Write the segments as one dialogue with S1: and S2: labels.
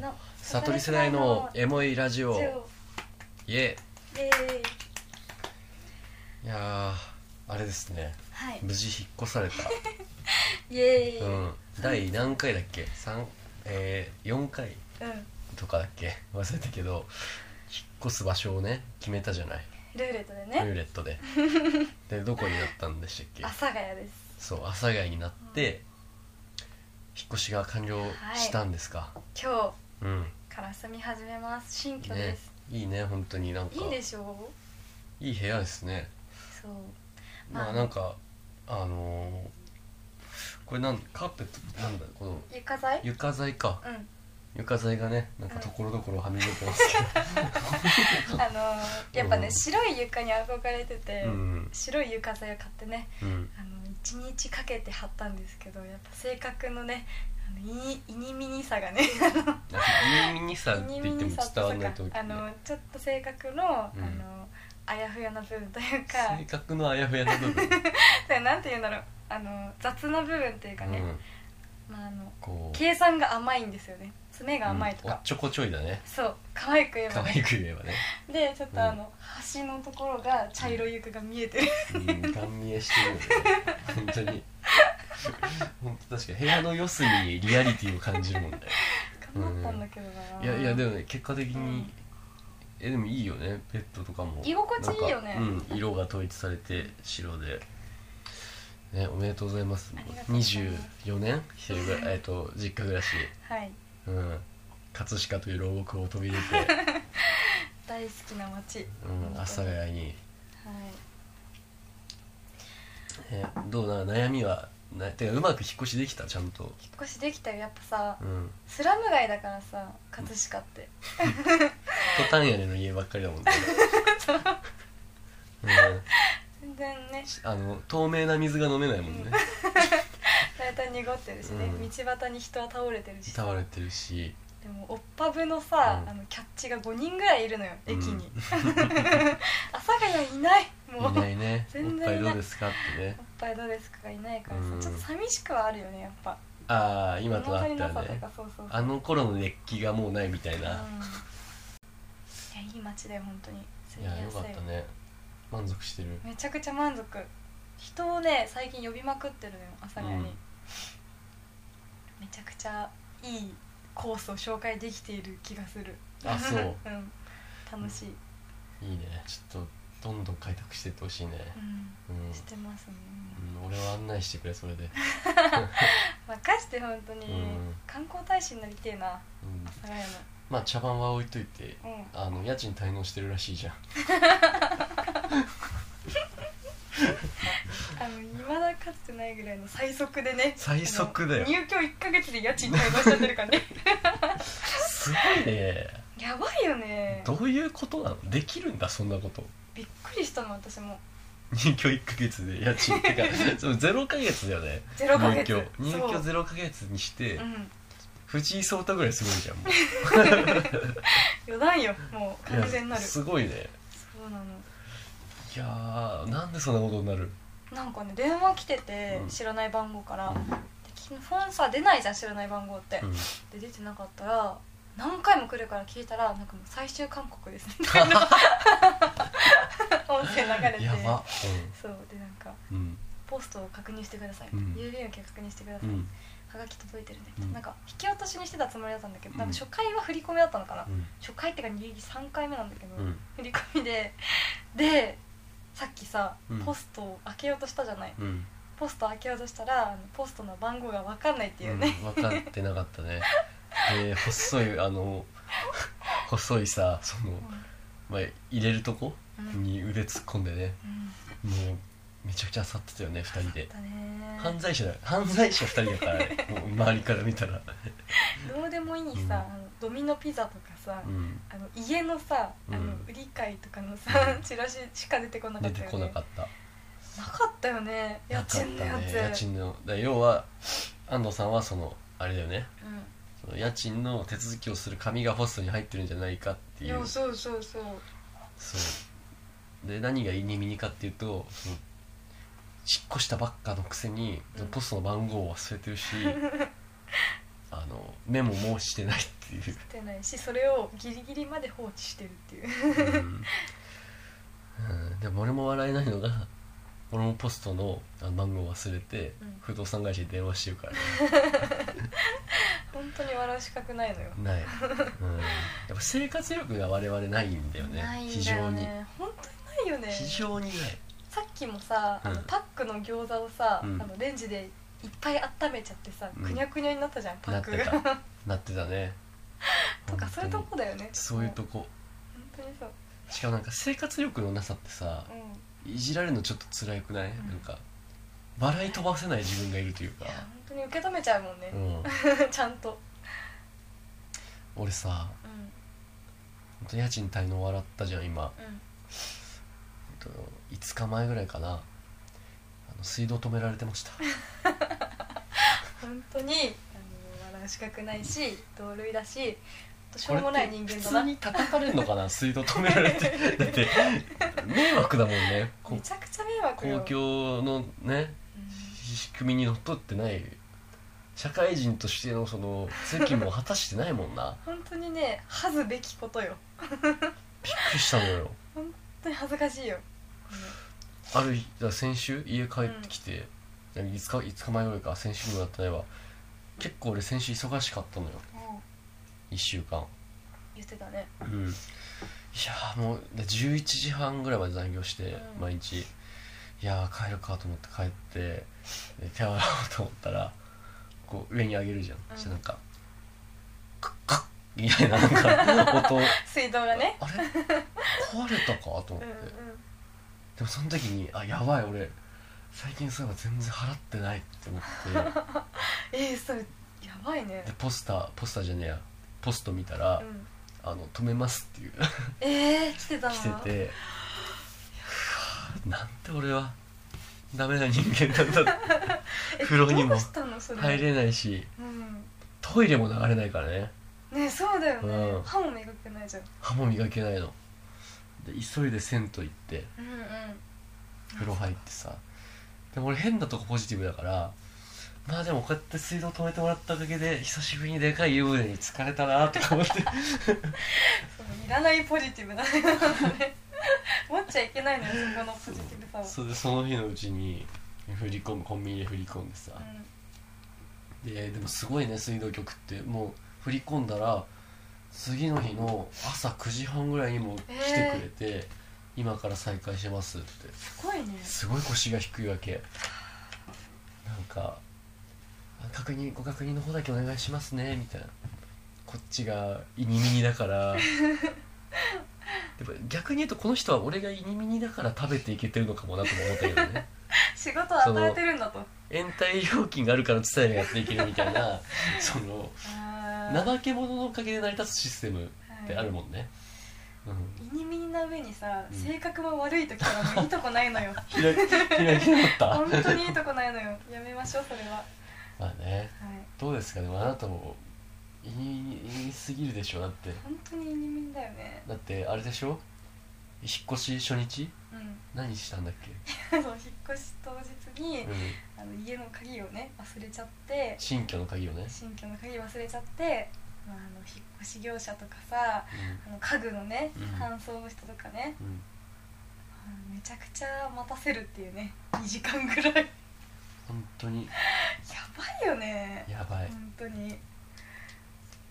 S1: の
S2: 悟り世代のエモいラジオ
S1: ジオ
S2: イエ
S1: イエーイ
S2: イいやーあれですね
S1: はい
S2: 無事引っ越された、
S1: イエーイ
S2: う
S1: うん、
S2: ん、第何回だっけ三えー、4回とかだっけ忘れたけど引っ越す場所をね決めたじゃない
S1: ルーレットで
S2: ル
S1: ね
S2: ーレットででどこになったんでしたっけ
S1: 阿佐ヶ谷です
S2: そう阿佐ヶ谷になって引っ越しが完了したんですか、
S1: 今
S2: うん
S1: 日から住み始めます新居で
S2: ね
S1: す、
S2: いいね本当になんか
S1: いいでしょ
S2: いい部屋ですね
S1: うそう
S2: ま
S1: ま
S2: あ
S1: あ
S2: なんかあのー、これなんカーペットなんだこの
S1: 床材うん
S2: 床材か床材がねなんかところどころはみ出てます
S1: あのー、やっぱね、
S2: うん
S1: 白い床に憧れてて、
S2: けどうん
S1: 白い床材を買ってね
S2: うん
S1: あの1日かけて貼ったんですけどやっぱ性格のねあのいいにみにさがね
S2: なんか「いいにさ」って言っても伝わらないと思うけ
S1: あ
S2: どね
S1: のちょっと性格の,、あ
S2: うん
S1: のあやふやな部分というか
S2: 性格のあやふやな部分
S1: でなんて言うんだろうあの雑な部分っていうかね、
S2: うん
S1: まあ、あの
S2: こう
S1: 計算が甘いんですよね詰めが甘いと
S2: うんお
S1: か
S2: っ、ちょこちょいだね
S1: そう可愛く言えば
S2: 可
S1: ね
S2: 愛く言えばね
S1: でちょっとあの、端のところが茶色い床が見えてる、
S2: うん、顔見えしてるよね本当に 本当確かに部屋の四隅にリアリティを感じるもんだよ
S1: 頑張ったんだけどな、
S2: いやいやで
S1: も
S2: もね結果的に、
S1: うん
S2: えでもいいよねペットとかも
S1: 居心地いいよね
S2: なんかうん、色が統一されて白でねおめでとうございます
S1: ありがとうございます
S2: 24年一人暮らえっと実家暮らし
S1: はい
S2: うん葛飾という牢獄を飛び出て、
S1: 大好きな街、
S2: うん、阿佐ヶ谷に、
S1: はい
S2: えどうな悩みはないてかうまく引っ越しできたちゃんと
S1: 引っ越しできたよやっぱさ
S2: うん
S1: スラム街だからさ葛飾って
S2: トタン屋根の家ばっかりだ もんね、
S1: 全然ね
S2: うん、しあの透明な水が飲めないも んね
S1: 大体濁ってるしね、
S2: うん
S1: 道端に人は倒れてるしさ
S2: 倒れてるし
S1: でもオッパブのさ、
S2: うん
S1: あのキャッチが5人ぐらいいるのよ駅
S2: うん
S1: に 阿佐ヶ谷いないもう
S2: いないねお
S1: 全
S2: っ
S1: 然い
S2: ぱ
S1: ない
S2: いどうですかってね
S1: おっぱいどうですかがいないからさ、
S2: うん
S1: ちょっと寂しくはあるよねやっぱ
S2: ああ今と
S1: 物
S2: な
S1: 足
S2: っ
S1: り
S2: た
S1: なさ
S2: ら
S1: と
S2: ね
S1: かそうそうそう
S2: あの頃の熱気がもうないみたいな、
S1: うん、いやいい街だよ本当に住
S2: い
S1: みや
S2: や
S1: すい
S2: よかったね満足してる
S1: めちゃくちゃ満足人をね最近呼びまくってるのよ阿佐ヶ谷
S2: う
S1: に、
S2: ん
S1: めちゃくちゃいいコースを紹介できている気がする
S2: あそう
S1: ん、楽しい、
S2: いいねちょっとどんどん開拓していってほしいね
S1: う
S2: うん、
S1: ん、してますね
S2: うん俺は案内してくれそれで、
S1: 任して本当に、
S2: うん
S1: 観光大使になりてえな
S2: うん
S1: 阿、佐ヶ谷
S2: まあ茶番は置いといて
S1: のうん
S2: あの家賃滞納してるらしいじゃん
S1: あの未だかつてないぐらいの最速でね
S2: 最速だよ
S1: あの入居1か月で家賃滞納しちゃってるか らね
S2: すごいね
S1: やばいよね
S2: どういうことなのできるんだそんなこと
S1: びっくりしたもん私も
S2: 入居1ヶ月で家賃 ってかそう0ヶ月だよね
S1: 0ヶ月
S2: 入居入居
S1: そう
S2: 0ヶ月にして、
S1: うん
S2: 藤井聡太ぐらいすごいじゃんもう
S1: 余談よもう 完全
S2: い
S1: な
S2: や
S1: るそ
S2: すごいね
S1: うなの
S2: いやーなんでそんなことに なる、
S1: なんかね電話来てて、
S2: うん
S1: 知らない番号から、
S2: うん
S1: で昨日フォンさ出ないじゃん知らない番号って、
S2: うん
S1: で出てなかったら何回も来るから聞いたらなんかもう最終勧告です ね音声流れ て
S2: やば
S1: そうでなんか
S2: うんうん
S1: ポストを確認してください、
S2: うん
S1: 郵便受け確認してくださ
S2: う
S1: い、
S2: ん
S1: はがき届いてるね、
S2: うん
S1: なんか引き落としにしてたつもりだったんだけど、
S2: うん
S1: なんか初回は振り込みだったのかな、
S2: うん
S1: 初回ってか入り3回目なんだけど、
S2: うん
S1: 振り込みででさっきさ、
S2: うん
S1: ポストを開けようとしたじゃない
S2: うん
S1: ポスト開けようとしたらあのポストの番号が分かんないっていうね、
S2: 分かってなかった ねで細いあの 細いさその、まあ、入れるとこ
S1: うんうん
S2: に腕突っ込んでねもうめちゃくちゃ漁ってたよね2人で
S1: だね
S2: 犯罪者だ犯罪者2人だから ねもう周りから見たら
S1: どうでもいいさ、
S2: うん
S1: あのドミノピザとかさ、
S2: うん
S1: あの家のさ、あ
S2: う
S1: の
S2: ん
S1: 売り買いとかのさ、
S2: うん
S1: チラシしか出てこな
S2: 出
S1: かった
S2: て
S1: よ
S2: こ
S1: ね
S2: なかった
S1: なかったよね家賃のやつ、
S2: なかったね家賃のだ要は安藤さんはそのあれだよね
S1: う
S2: その家賃の手続きをする紙がポストに入ってるんじゃないかって
S1: ん、い
S2: いう
S1: やそうそうそう
S2: そうで何がいにみにかっていうとその引っ越したばっかのくせに
S1: うん
S2: ポストの番号を忘れてるしああのメモもしてないって いう
S1: してないしそれをギリギリまで放置してるっていう
S2: うんうんでも俺も笑えないのが俺もポストのあの番号忘れて、
S1: うん
S2: 不動産会社に電話してるからね
S1: 本当に笑う資格ないのよ
S2: ない、うん、やっぱ生活力が我々ないんだよね
S1: ないんだよね
S2: 非常に
S1: 本当にないよね
S2: 非常にない
S1: さっきもさ、あ
S2: う
S1: の
S2: ん
S1: パックの餃子をさ、
S2: うん
S1: あのレンジでいっぱい温めちゃってさ、
S2: うん
S1: くにゃくにゃになったじゃんパ
S2: な
S1: ッ
S2: って
S1: クが
S2: たなってたね
S1: とかそういうと
S2: 本
S1: こだよね
S2: 当にそういうとこ
S1: 本当にそう
S2: しかもなんか生活力のなさってさ
S1: うん
S2: いじられるのちょっと辛くない、
S1: ん
S2: なんか笑い飛ばせない自分がいるというか
S1: いや本当に受け止めちゃうもんね
S2: う、ん
S1: ちゃんと、
S2: 俺さ
S1: うん
S2: 本当家賃滞納笑ったじゃん今
S1: うん、
S2: えっと5日前ぐらいかなあの水道止められてました
S1: 本当にあの笑う資格ないし同類だしあとし
S2: こ
S1: ょ
S2: れ
S1: うもない
S2: って
S1: 人間
S2: 普
S1: だ
S2: 通
S1: な
S2: に叩かれるのかな 水道止められてだって迷惑だもんねこ
S1: めちゃくちゃ迷惑よ
S2: 公共のね
S1: うん
S2: 仕組みにのっとってない社会人としてのその責務を果たしてないもんな
S1: 本当にね恥ずべきことよ
S2: びっくりしたのよ
S1: 本当に恥ずかしいよ、
S2: ある日だ先週家帰ってきて、5日5日前ぐらいか先週にもやってないわ結構俺先週忙しかったのよ
S1: うん
S2: 1週間
S1: 言ってたね
S2: うんいやーもうで11時半ぐらいまで残業して、
S1: うん
S2: 毎日いやー帰るかと思って帰ってで手洗おうと思ったらこう上に上げるじゃん、
S1: うん
S2: そしたらなんかカッカッみたいななん か音
S1: 水道がね
S2: あれ壊れたかと思っ
S1: うん
S2: て、
S1: うん
S2: でもその時にあやばい俺最近そういえば全然払ってないって思 って
S1: えー、それやばいね
S2: でポスターポスターじゃねえやポスト見たら、
S1: うん
S2: あの止めますっていう
S1: えー、来てたの
S2: 来ててうわなんて俺はダメな人間なんだ
S1: え
S2: 風呂にも
S1: どうしたのそれ
S2: 入れないし
S1: うん
S2: トイレも流れないからね
S1: ねそうだよね、
S2: うん
S1: 歯も磨けないじゃん
S2: 歯も磨けないので急いで銭湯行って
S1: うんうん
S2: 風呂入ってさでも俺変なとこポジティブだからまあでもこうやって水道止めてもらったおかげで久しぶりにでかい湯船に疲れたなとか思って
S1: そのいらないポジティブななんかね 持っちゃいけないのよそこのポジティブさは
S2: それでその日のうちに振り込むコンビニで振り込んでさ、ででもすごいね水道局ってもう振り込んだら次の日の朝9時半ぐらいにもう来てくれて、今から再開しますって
S1: すごいね
S2: すごい腰が低いわけなんかあ確認ご確認の方だけお願いしますねみたいなこっちがイニミニだからでも逆に言うとこの人は俺がイニミニだから食べていけてるのかもなとも思ったけどね
S1: 仕事を与えてるんだと
S2: 延滞料金があるから伝えがやっていけるみたいなその
S1: あー
S2: 怠け者のおかげで成り立つシステムってあるもんね、うん
S1: はい、イニミニな上にさ、
S2: うん
S1: 性格も悪い時はもういいとこないのよ
S2: 開い開いてなか
S1: 本
S2: った
S1: 当にいいとこないのよやめましょうそれは、は
S2: まあね
S1: い、
S2: どうですかでもあなたも言い言いすぎるでしょだって
S1: 本当にイニミニだよね
S2: だってあれでしょ引っ越し初日
S1: うん
S2: 何したんだっ け、
S1: あの引っ越し当日に、
S2: うん、
S1: あの家の鍵をね忘れちゃって
S2: 新居の鍵をね、
S1: 新居の鍵忘れちゃって、まあ、あの引っ越し業者とかさあの家具のね
S2: うん
S1: 搬送の人とかね、
S2: うんうん、
S1: あのめちゃくちゃ待たせるっていうね2時間ぐらい や
S2: 本当に
S1: ばいよね
S2: やばい、
S1: 本当に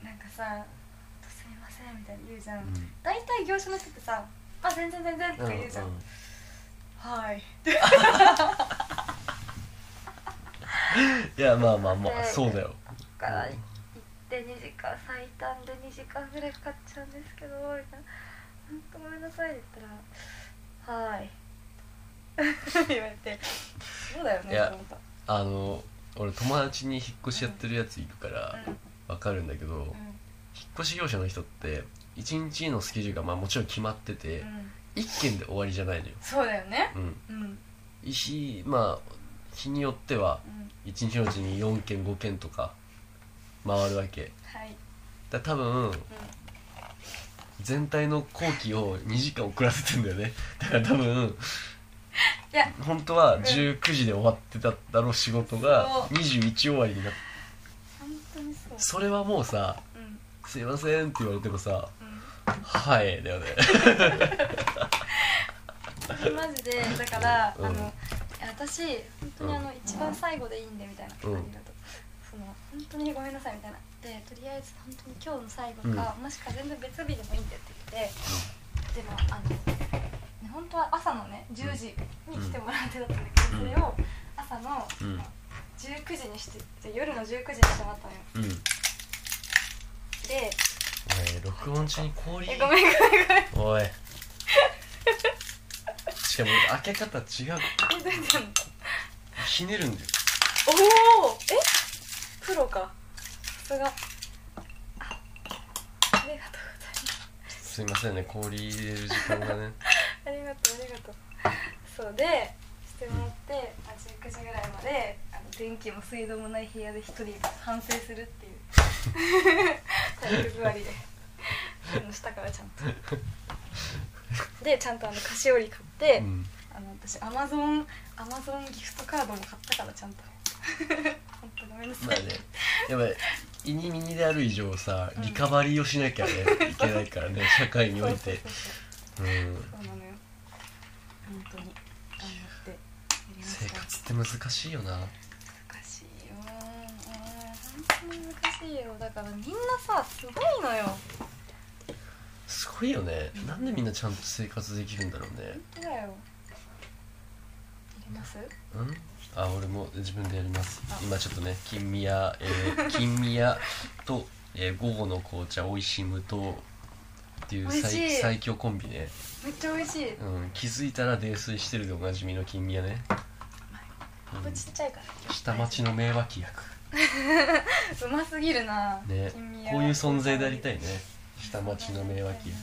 S1: なんかさ「すみません」みたいに言うじゃ、
S2: うんん
S1: 大体業者の人ってさ「あ全然全然」と
S2: うん
S1: か
S2: うん
S1: 言うじゃん、はい
S2: いやまあまあまあそうだよ
S1: から行って2時間最短で2時間ぐらいかかっちゃうんですけどみたいな「本当ごめんなさい」って言ったら「はーい」 言われてそうだよ
S2: い
S1: ね
S2: や
S1: と思った
S2: あの俺友達に引っ越しやってるやついるから
S1: うん
S2: わかるんだけど、
S1: う
S2: 引っ
S1: ん
S2: 越し業者の人って1日のスケジュールがまあもちろん決まってて、
S1: うん
S2: 1件で終わりじゃないのよ、
S1: そうだよね
S2: うん、
S1: うんうん
S2: 日まあ日によっては1日のうちに4件5件とか回るわけ
S1: はい
S2: だから多分全体の後期を2時間遅らせてんだよねだから多分
S1: いや
S2: 本当は19時で終わってただろう仕事が
S1: そ
S2: 21終わりになっ
S1: 本当にそう
S2: それはもうさ
S1: うん
S2: 「すいません」って言われてもさ
S1: うん
S2: 「はい」だよね
S1: マジでだから、
S2: うん
S1: あのいや私本当にあの、一番最後でいいんでみたいな、
S2: うん
S1: ありがとうその本当にごめんなさいみたいなでとりあえず本当に今日の最後か、もしくは全然別日でもいいんでって言ってでもあの、ね、本当は朝のね10時に来てもらうってだったんだけど、
S2: うん
S1: それを朝の
S2: うん
S1: 19時にしてじゃあ夜の19時にしてもらったのよ
S2: うんね
S1: で
S2: え録音中に氷
S1: えごめんごめんごめ
S2: お
S1: ん
S2: いしかも開け方違う
S1: えどうやってやんの
S2: ひねるんだよ
S1: おおえプロかさすがあありがとうございます
S2: すいませんね氷入れる時間が ね
S1: ありがとうありがとうそうでしてもらって、あ19時ぐらいまであの電気も水道もない部屋で一人反省するっていう体育座りでそういうのしたからちゃんとでちゃんとあの菓子折り買って、
S2: うん
S1: あの私アマゾンアマゾンギフトカードも買ったからちゃんと 本当ごめんなさい、
S2: まあねやっぱりイニミニである以上さ
S1: うん
S2: リカバリーをしなきゃねいけないからね 社会において
S1: そうそうそう
S2: うん
S1: そうなのよ本当に頑張ってやりま
S2: 生
S1: した
S2: 活って難しいよな
S1: 難しいようん本当に難しいよだからみんなさすごいのよ
S2: すごいよねなんでみんなちゃんと生活できるんだろうね
S1: 本当だよ入れます
S2: うんあ俺も自分でやります
S1: あ
S2: 今ちょっとね金宮、え ー、金宮と、えー午後の紅茶おいしむとっていう
S1: 美味し
S2: 最
S1: い
S2: 最強コンビね、
S1: めっちゃ美味しい、
S2: うん、気づいたら泥酔してるでおなじみの金宮ね、う
S1: これ
S2: ん
S1: ちっちゃいから
S2: 下町の名脇役
S1: うますぎるな
S2: ね
S1: 金宮
S2: こういう存在でありたいね下町の名脇役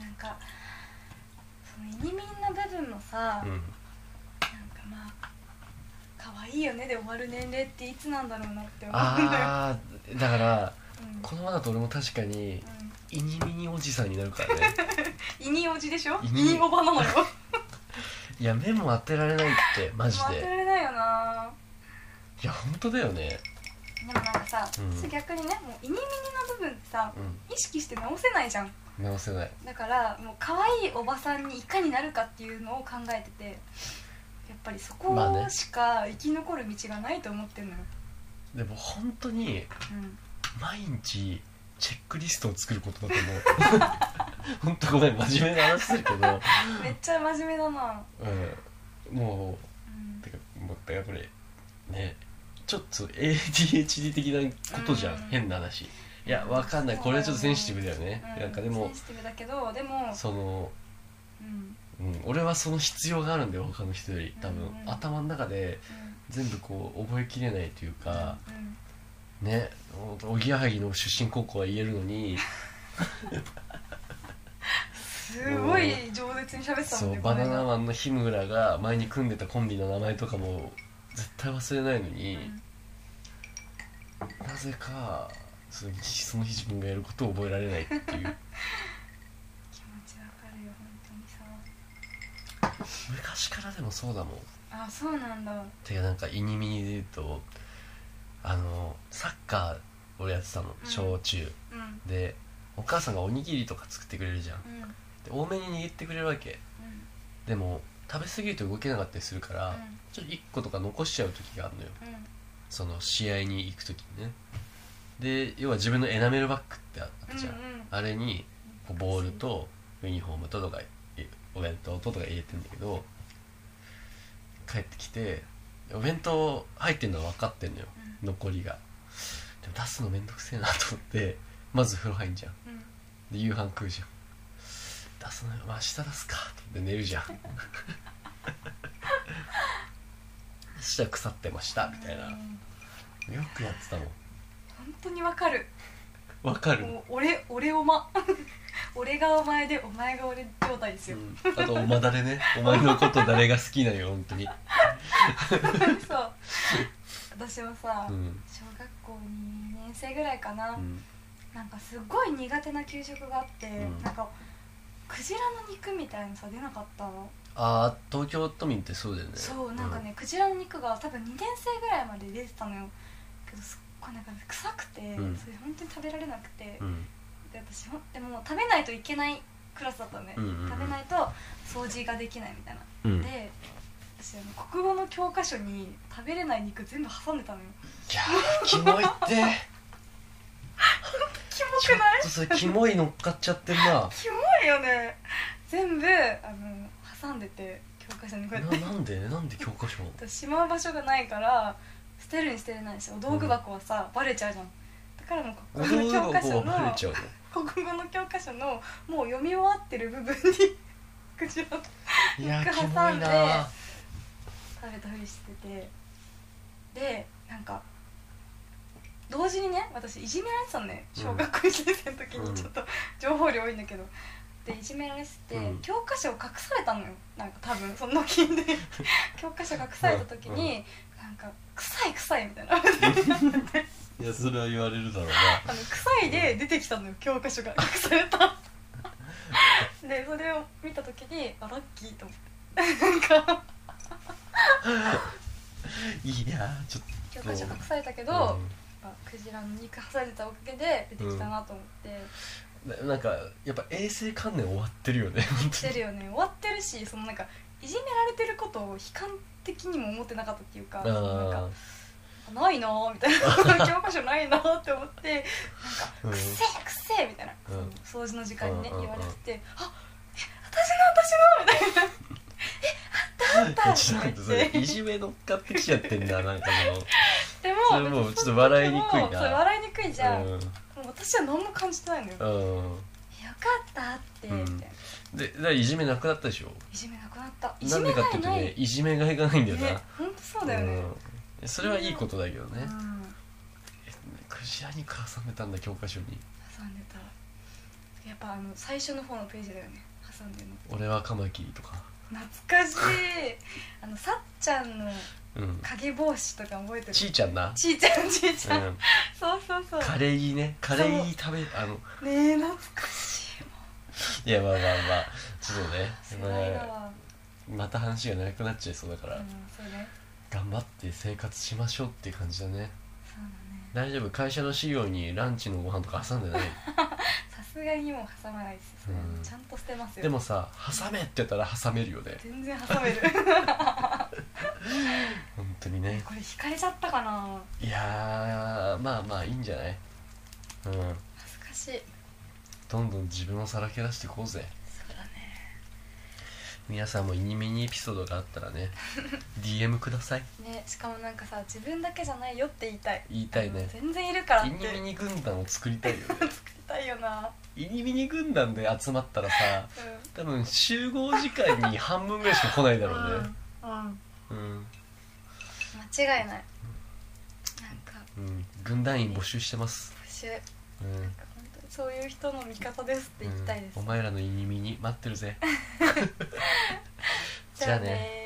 S1: なんかその意味な部分もさ、
S2: うん
S1: なんかまあ可愛いよねで終わる年齢っていつなんだろうなって思うんだよ、
S2: あーだから
S1: うん
S2: このままだと俺も確かに
S1: うん
S2: イニミニおじさんになるからね
S1: イニおじでしょ
S2: イ
S1: イ
S2: ニ
S1: ニおばなのよ
S2: いや目も当てられないって マジ
S1: 忘
S2: で
S1: れないよない
S2: や本当だよね
S1: でもなんかさ、
S2: うん
S1: 私逆にねもうイニミニの部分ってさ
S2: う
S1: 意識して直せないじゃん
S2: ん直せない
S1: だからもう可愛いおばさんにいかになるかっていうのを考えててやっぱりそこ
S2: まあね
S1: しか生き残る道がないと思ってんのよ、
S2: でも本当に
S1: うん、
S2: 毎日チェックリストを作ることだと思う 本当ごめん真面目な話するけど、
S1: めっちゃ真面目だな、
S2: うん、も
S1: うん
S2: うてかもうだからこれねちょっと ADHD 的なことじゃん、
S1: うん
S2: 変な話いやわかんないこれはちょっとセンシティブだよね、
S1: うん
S2: なんかで
S1: セ
S2: も
S1: ンシティブだけどでも、
S2: その、
S1: うんうん
S2: うん、俺はその必要があるんだよ他の人より多分、
S1: うん
S2: 頭の中で全部こう覚えきれないというか、
S1: うん
S2: ねおぎやはぎの出身高校は言えるの に
S1: すごい饒舌に喋ってた
S2: そ
S1: もん
S2: う
S1: ね
S2: バ
S1: この
S2: ナ
S1: 間
S2: ナマンの日村が前に組んでたコンビの名前とかも絶対忘れないのに、
S1: うん
S2: なぜかその日その日自分がやることを覚えられないっていう
S1: 気持ちわかるよ本当にさ
S2: 昔からでもそうだもん
S1: あそうなんだ
S2: てかなんかイニミニで言うとあのサッカー俺やってたの
S1: うん
S2: 小中、
S1: うんうん
S2: でお母さんがおにぎりとか作ってくれるじゃん
S1: うん
S2: で多めに握ってくれるわけでも食べ過ぎると動けなかったりするから、ちょっと1個とか残しちゃう時があるのよ
S1: うん
S2: その試合に行く時にねで要は自分のエナメルバッグってあ
S1: う
S2: っ
S1: ん
S2: たじゃん、
S1: うん
S2: あれにこうボールとユニフォームととかいお弁当ととか入れてんだけど帰ってきてお弁当入ってんのは分かってんのよ
S1: うん
S2: 残りがでも出すのめんどくせえなと思ってまず風呂入んじゃん
S1: うん
S2: で夕飯食うじゃん出すのよまあ明日出すかと思って寝るじゃんそしたら腐ってましたみたいな
S1: うん
S2: よくやってたもん
S1: 本当にわかる
S2: わかる、
S1: もう俺俺おま 俺がお前でお前が俺状態です
S2: う
S1: よ、
S2: ん、あとおまだれねお前のこと誰が好きなよ本当に
S1: そう私はさ、
S2: うん
S1: 小学校2年生ぐらいかな、
S2: うん
S1: なんかすごい苦手な給食があって、
S2: うん
S1: なんかクジラの肉みたいのさ出なかったの
S2: ああ東京都民ってそうだよね
S1: そうなんかね、クジラの肉が多分2年生ぐらいまで出てたのよけどすっ構なんか臭くて、
S2: うん
S1: それ本当に食べられなくて、
S2: うん
S1: で私ほんでもう食べないといけないクラスだったんで、
S2: うんうんうん
S1: 食べないと掃除ができないみたいな、
S2: うんい
S1: で私あの国語の教科書に食べれない肉全部挟んでたのよ
S2: やーキ モいって
S1: キ
S2: ちょ
S1: モ
S2: っ
S1: くない
S2: とそれキモい乗っかっちゃってんな
S1: キモいよね全部あの挟んでて教科書にこうやって
S2: ななんでなんで教科書
S1: としまう場所がないから捨てるに捨てれないしお道具箱はさ、バレちゃうじゃんだからもう
S2: お
S1: 国語
S2: 道具
S1: の教科書
S2: 箱
S1: の
S2: がバレちゃうの
S1: 国語の教科書のもう読み終わってる部分に 口を食
S2: いやー
S1: 僕
S2: キ
S1: 挟ん
S2: モ
S1: で
S2: いな
S1: べたふりしててでなんか同時にね私いじめられてたのね小学校1年生の時
S2: うん
S1: にちょっと情報量多いんだけどでいじめられてて、
S2: うん
S1: 教科書を隠されたのよなんか多分その 時に教科書隠された時に、なんか「臭い臭い」みたいなあ
S2: いやそれは言われるだろうな
S1: の「臭い」で出てきたのよ教科書が隠さ れたでそれを見た時にあラッキーと思ってなんか
S2: いやーちょっ
S1: 教科書隠されたけど、
S2: と
S1: まあクジラの肉挟んでたおかげで出てきたなと思って、
S2: ななんかやっぱ衛生観念終わってるよね本
S1: してるよね終わってるしそのなんかいじめられてることを悲観的にも思ってなかったっていうか
S2: 当に
S1: そのなん
S2: あ
S1: かないなーみたい な教科書ないなーって思って「
S2: ーう
S1: くっせえくっせえ」みたいな、
S2: うん
S1: その掃除の時間にね
S2: うんうんうん
S1: 言われてて「あえ私の私の」みたいな。
S2: んちょっと待ってそ れいじめ乗っかってきちゃってんだなんかもう
S1: でも
S2: それもうちょっと笑いにくいな
S1: でもそう笑いにくいじゃん、
S2: う
S1: も
S2: ん
S1: う私は何も感じてないのよ、よか
S2: うん
S1: ったって、
S2: うん
S1: みたいな
S2: でだからいじめなくなったでしょ
S1: いじめなくなったい
S2: な
S1: じ
S2: んで
S1: め
S2: かってい
S1: がいう
S2: と
S1: ない
S2: ねいじめがいかないんだよな、
S1: ね本当そうだよね、
S2: うんそれはいいことだけど
S1: うん、
S2: ね、クジラに挟んでたんだ教科書に
S1: 挟んでたやっぱあの最初の方のページだよね挟んでるの
S2: 「俺はカマキリ」とか
S1: 懐 かしいあのさっちゃんの
S2: うん
S1: 影帽子とか覚えてる
S2: ちーちゃんな、
S1: ちいちゃんちいち
S2: う
S1: ゃん、
S2: ん、
S1: そうそうそう
S2: カレーねカレー食べあの
S1: ねえ懐かしいも
S2: いやまあまあまあちょっとね
S1: う世代だ
S2: まあ
S1: わ、
S2: また話が長くなっちゃいそうだか
S1: うん
S2: ら、
S1: そうね
S2: 頑張って生活しましょうっていう感じだね
S1: そうだね
S2: 大丈夫会社の資料にランチのご飯とか挟んで ない
S1: さすがにもう挟まないですそれは
S2: うん
S1: ちゃんと捨てますよ
S2: でもさ挟めって言ったら挟めるよね
S1: 全然挟める
S2: 本当にね
S1: これ引かれちゃったかない
S2: やーまあまあいいんじゃないうん
S1: 恥ずかしい
S2: どんどん自分をさらけ出していこうぜ
S1: そうだね
S2: 皆さんもイニミニエピソードがあったら ね DM ください
S1: ねしかもなんかさ自分だけじゃないよって言いたい
S2: 言いたいね
S1: あの全然いるからって
S2: イニミニ軍団を作りたいよね
S1: 作りたいよな
S2: イニミニ軍団で集まったらさ
S1: う
S2: 多
S1: ん
S2: 分集合時間に半分ぐらいしか来ないだろうね
S1: うん、うん
S2: うん、
S1: 間違いないなんか
S2: うん、軍団員募集してます
S1: 募集
S2: うん
S1: なんか本当にそういう人の味方ですって言いたいです、
S2: うんお前らのイニミニ待ってるぜ
S1: じゃあね